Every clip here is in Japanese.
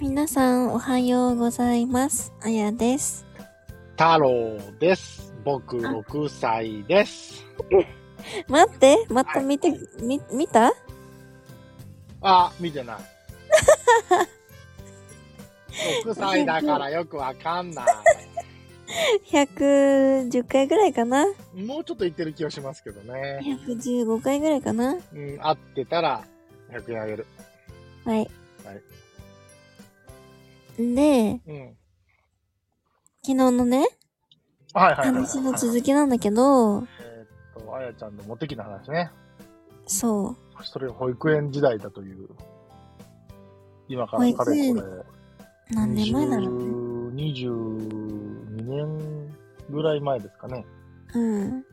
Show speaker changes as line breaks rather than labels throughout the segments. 皆さんおはようございます。あやです。
太郎です。僕6歳です。
待って、また見て、み、見た
あ、見 てない。6歳だからよくわかんな。
?110 回ぐらいかない
もうちょっと言ってる気がしますけどね。
?115 回ぐらいかな
うん、合ってたら100円あげる。
はい。
は
で、
うん。
昨日のね、
はいはい、はい。
話の続きなんだけど、
えーっと、あやちゃんのモテ期の話ね。
そ
それ保育園時代だという。今から
保育
彼
園
これ。
う、何年前だろう。
20 ?22 年ぐらい前ですかね。
うん。
うん。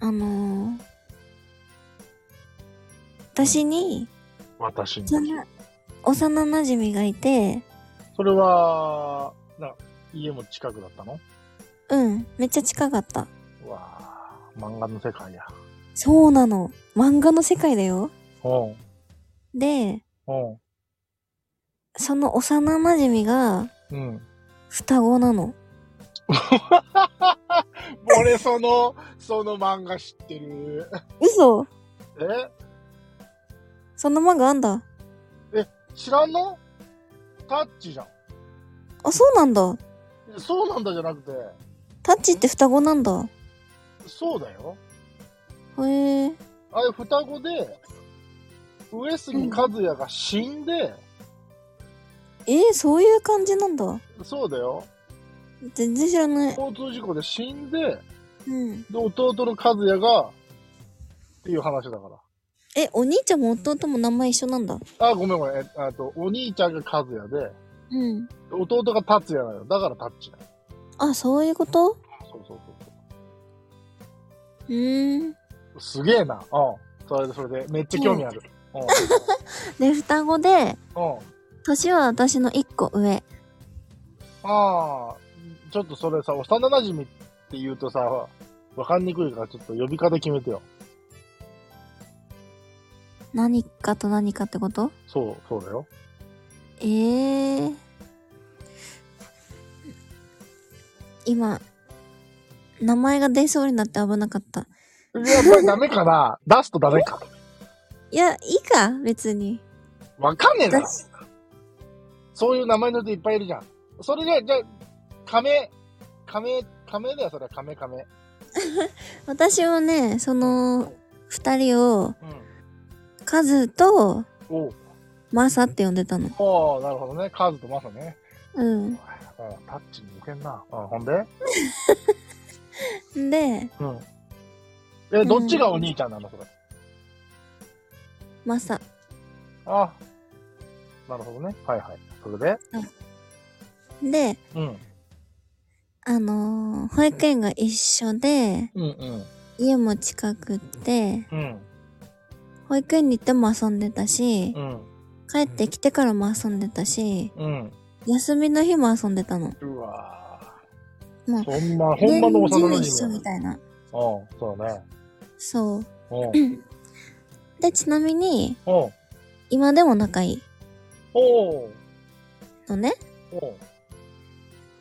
あのー、私に、
私に。
幼、幼馴染がいて、
それは、な家も近くだったの
うん、めっちゃ近かった。
うわぁ、漫画の世界や。
そうなの。漫画の世界だよ。
うん、
で、
うん、
その幼馴染が
うん。
双子なの。
俺、その、その漫画知ってる。
嘘
え
そんな漫画あんだ。
知らんのタッチじゃん。
あ、そうなんだ。
そうなんだじゃなくて、
タッチって双子なんだ。
そうだよ。
へえ。
あれ、双子で、上杉和也が死んで、
えー、そういう感じなんだ。
そうだよ。
全然知らない。
交通事故で死んで、
うん。
で、弟の和也が、っていう話だから。
え、お兄ちゃんも弟も名前一緒なんだ。
あ、ごめんごめん。えあと、お兄ちゃんが和也で、
うん。
弟が達也なの。だからタッチなの。
あ、そういうこと
そうそうそうそう
ーん。
う。すげえな。うん。それで、それで、めっちゃ興味ある。うん。
で、双子で、
うん。
年は私の一個上。
ああ、ちょっとそれさ、幼馴染って言うとさ、わかんにくいから、ちょっと呼び方決めてよ。
何かと何かってこと
そう、そうだよ。
えー、今、名前が出そうになって危なかった。
やっぱりダメかな 出すとダメか。
いや、いいか、別に。
わかんねえな
出。し
そういう名前の人いっぱいいるじゃん。それじゃあ、じゃあ、亀、亀、亀だよ、それは亀亀。
私はね、その、二人を、
うん。
カズと
おう。
マサって呼んでたの。
おーなるほどね。カズとマサね。
うん。
うんタッチに似てんな。うん、ほんで
で、
うん。え、どっちがお兄ちゃんなのそれ。
マサ。
あ、なるほどね。はいはい。それで
で、
うん。
あのー保育園が一緒で、
うんうん。
家も近くって、
うん。
保育園に行っても遊んでたし
う、ん。
帰ってきてからも遊んでたし、
うん。
休みの日も遊んでたの。
うわ
まあ
ぁ。そんな、ほんまの幼
全
馴
人一緒
染や。うん
み、たいな。
そうだね。
そう。
うん。
で、ちなみに、
うん。
今でも仲いい
おう
のね。
おう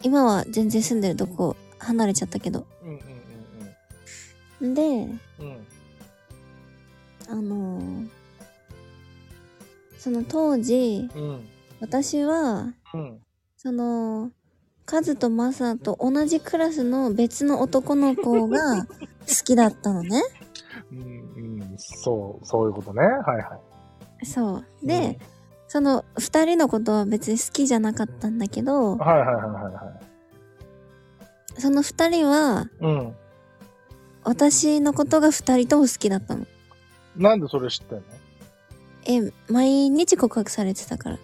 今は全然住んでるとこ離れちゃったけど。
うんうん
で、
うんうん。
あのーその当時、
うん。うん。
私は、
うん。
その、カズとマサと同じクラスの別の男の子が好きだったのね。
うんうん。そう、そういうことね。はいは
そう。
い。
で、その二人のことは別に好きじゃなかったんだけど
うん、はいはいはいはいはい。
その二人は
うん。
私のことが二人とも好きだったの。
なんでそれ知ってんの
え、毎日告白されてたから。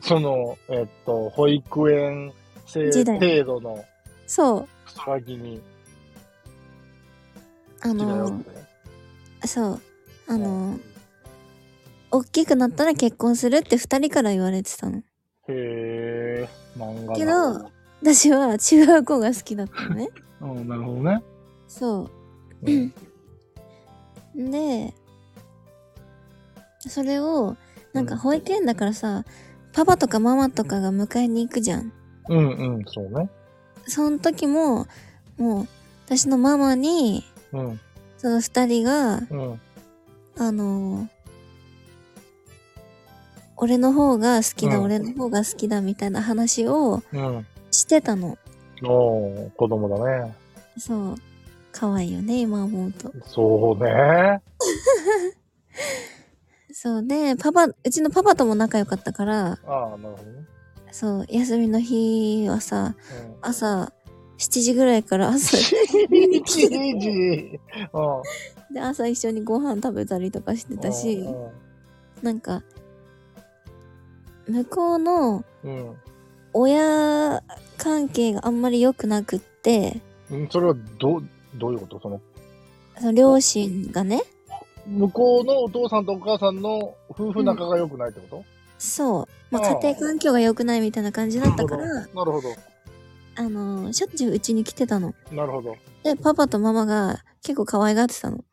その、えっと、保育園生
時代
程度の
そう。
草ラギに
あ
好きだよ
の
っ、て。
そう。あの、大きくなったら結婚するって二人から言われてたの。
へえ、漫画だ
けど、私は中学校が好きだったのね。
うん、なるほどね。
そうう。で、それをなんか保育園だからさ、パパとかママとかが迎えに行くじゃん。
うんうん、そうね。
その時も、もう、私のママに、
うん、
その二人が、
うん。
あのー俺の方が好きだ、
うん
俺の方が好きだみたいな話を
うん。
してたの。
おー、子供だね。
そう。可愛いよね、今思うと。
そうね。
そうで、パパ、うちのパパとも仲良かったから、
ああ、なるほどね。
そう、休みの日はさ、
うん
朝、7時ぐらいから 朝、
一時。う
で、朝一緒にご飯食べたりとかして
ん。
たし
う、
なんか、向こうの
ん。うん。
親関係があんまり良くなくって、
うんそれはどう、どういうことその、
その両親がね、
向こうのお父さんとお母さんの夫婦仲が良くないってこと、
そう、まあ
ああ
家庭環境が良くないみたいな感じだったか
な
ら、
るほど。
あのーしょっちゅううちに来てたの。
なるほど。
で、パパとママが結構可愛がってたの。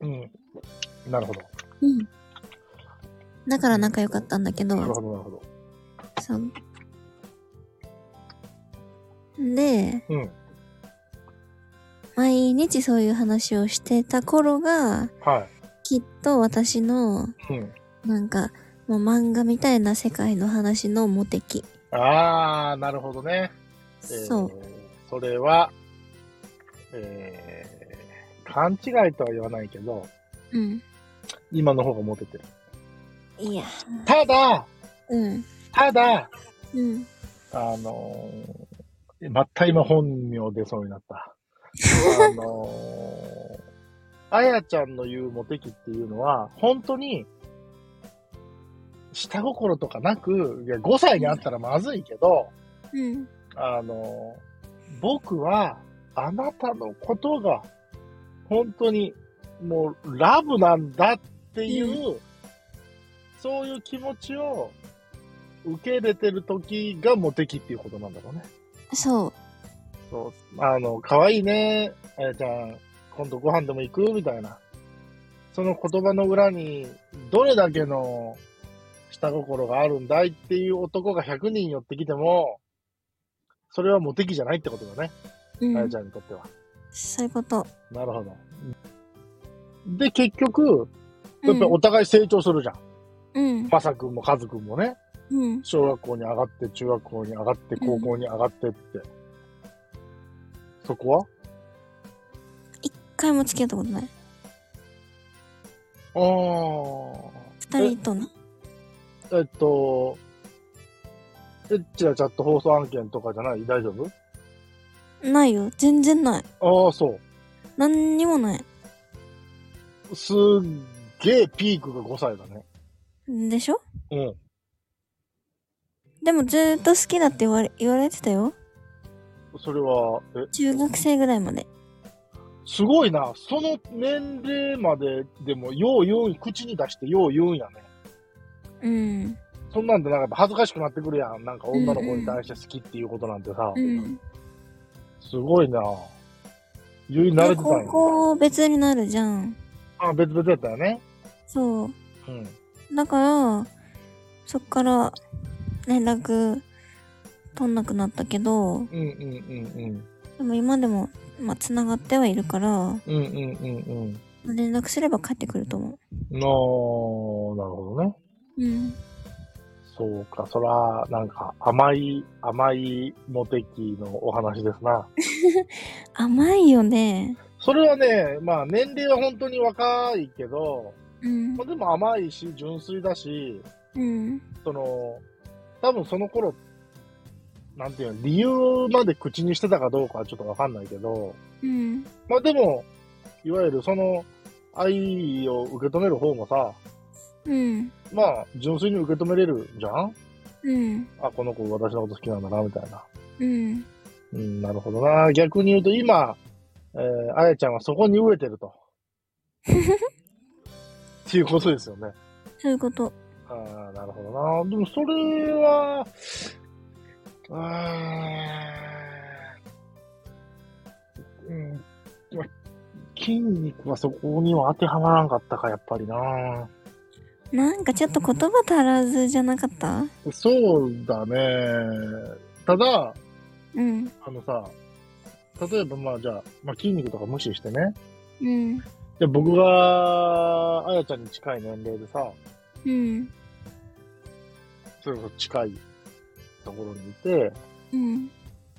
うん。なるほど。
うん。だから仲良かったんだけど
な、るほど、なるほど。
そう。で、
うん。
毎日そういう話をしてた頃が、
は
きっと私の、
い。うん。
なんか、もう漫画みたいな世界の話のモテ期。
ああ、なるほどね。
そう。
う。それは、えー、勘違いとは言わないけど、
うん。
今の方がモテてる。
いや。
ただ、
うん。
ただ、
うん。
あのー、また今本名出そうに なった。あのー、あやちゃんの言うモテ期っていうのは、本当に、下心とかなく、いや、5歳にあったらまずいけど、
うん。
あの、僕はあなたのことが本当にもうラブなんだっていう、そういう気持ちを受け入れてる時がモテ期っていうことなんだろうね。
そ
そう。あの、可愛いね、あやちゃん、今度ご飯でも行くみたいな。その言葉の裏に、どれだけの下心があるんだいっていう男が100人寄ってきても、それはモテ期じゃないってことだね、
う。う
あや
ん
ち。ゃんにとっては。
そういうこと。
なるほど。で、結局、や
う
っぱり
ん。
お互い成長するじゃん。
うん。
まさくんもかずくんもね。
うん。
小学校に上がって、中学校に上がって、高校に上がってって。そこは
一回も付き合ったことない。
ああ。
二人とね。
えっと、エッチなチャット放送案件とかじゃない大丈夫
ないよ。全然ない。
ああ、そ
何にもない。
う。すっげえピークが5歳だね。
でしょ
うん。
でもずーっと好きだって言われ言われてたよ。
それは、え、
中学生ぐらいまで。
すごいな。その年齢まででも、よう言うん、口に出してよう言うんやね。
うん。
そんなんでなんかやっぱ恥ずかしくなってくるやん。なんか女の子に対して好きっていうことなんてさ。
うん。
すごいな。言い慣れ
で
てたん
高
や。
校別になるじゃん。
あ、別々やったよね。
そう。
うん。
だから、そっから連絡取んなくなったけど、
うんうんうん
でも今でも、まあ、繋がってはいるから、
うん。うんうんうんうん。
連絡すれば帰ってくると思
なあ、なるほどね。
う。うん。
そうか、そら、なんか、甘い、甘いモテ期のお話ですな。
甘いよね。
それはね、まあ、年齢は本当に若いけど、
うん
ま。あでも甘いし、純粋だし、
うん。
その、多分その頃、なんていうの、理由まで口にしてたかどうかはちょっとわかんないけど、
うん。
まあでも、いわゆるその、愛を受け止める方もさ、
うん。
まあ、純粋に受け止めれるじゃん
うん。
あ、この子私のこと好きなんだな、みたいな。
うん。
うん、なるほどな。逆に言うと、今、えー、あやちゃんはそこに飢えてると。っていうことですよね。
そういうこと。
ああ、なるほどな。でも、それは、あーうん、ま筋肉はそこには当てはまらんかったか、やっぱりな。
なんかちょっと言葉足らずじゃなかった
そうだね。ただ、
うん。
あのさ、例えばまあじゃあ、まあ、筋肉とか無視してね。
うん。
で僕が、あやちゃんに近い年齢でさ、
うん。
それこそ近いところにいて、
うん。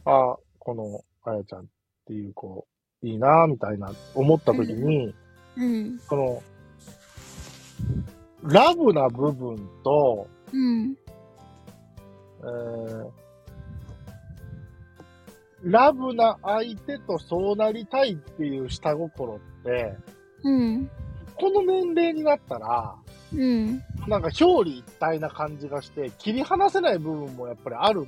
あ、このあやちゃんっていう子、いいな、みたいな、思った時に、
うん。
その、ラブな部分と、
うん。
えーラブな相手とそうなりたいっていう下心って、
うん。
この年齢になったら、
うん。
なんか表裏一体な感じがして、切り離せない部分もやっぱりある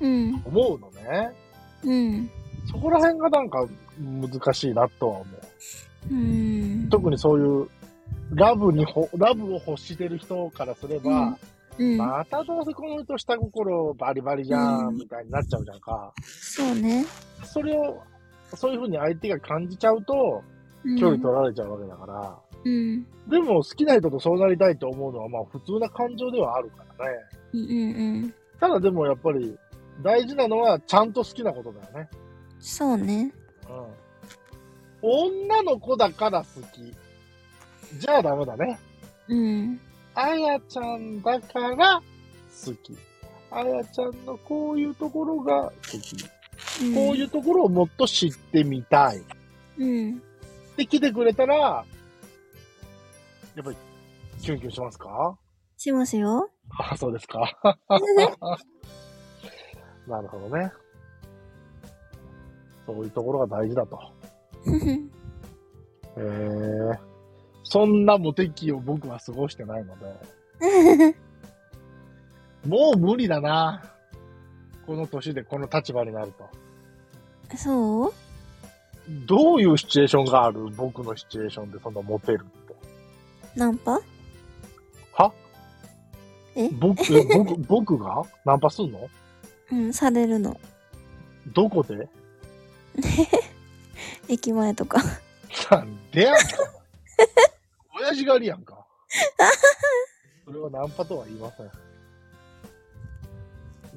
うん。
と思うのね。
うん。
そこら辺がなんか難しいなとは思う。
うん。
特にそういう、ラブにほ、ラブを欲してる人からすれば、
うん。
またどうせこの人下心バリバリじゃ、
うんん
みたいになっちゃうじゃんか。
そうね。
それを、そういうふうに相手が感じちゃうと、
うん
距離取られちゃうわけだから。
うん。
でも、好きな人とそうなりたいと思うのは、まあ、普通な感情ではあるからね。
うんうん。
ただでも、やっぱり、大事なのは、ちゃんと好きなことだよね。
そうね。
うん。女の子だから好き。じゃあダメだね。
うん。。
あやちゃんだから好き。あやちゃんのこういうところが好き。こういううところをもっと知ってみたい。
うん。
で、来てくれたら、やっぱり、キュンキュンしますか
しますよ。
あ、そうですか。なるほどね。そういうところが大事だと。へえそんなモテ期を僕は過ごしてないので、もう無理だな。この年でこの立場になると。
そう
どういうシチュエーションがある僕のシチュエーションでそんなモテるって。
ナンパ
は
え
僕、え僕、僕がナンパすんの
うん、されるの。
どこで
駅前とか。
なんでやん親父狩りやんか。それはナンパとは言いません。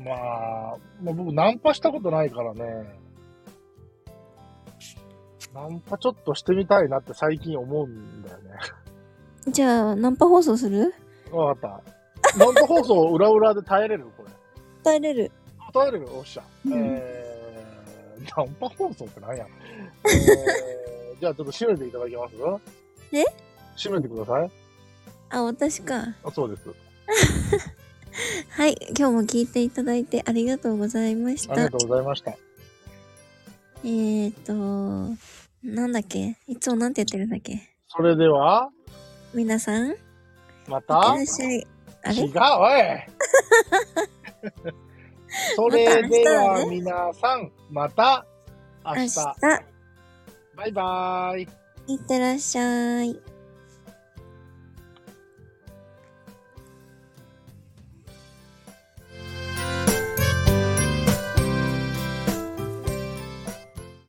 まあ、まあ、僕ナンパしたことないからね。ナンパちょっとしてみたいなって最近思うんだよね。
じゃあ、ナンパ放送する
わかった。ナンパ放送裏裏で耐えれるこれ。
耐えれる。
答えるよ、おっしゃ。
うん
えー、ナンパ放送ってな んや。えー、じゃあちょっと締めていただけます
え
締めてください。
あ、私か。
あ、そうです。
はい、今日も聞いていただいてありがとうございまし
ありが
た。
とうございました。
えーと、なんだっけいつもなんて言ってるんだっけ
それでは、
皆さん、い
ま
って
た
らっ、しゃい。あ
違
れ
う、おいそれ で
また
は
明
皆さん、また明
明
日。
日、
バイバイ。
いってらっしゃい。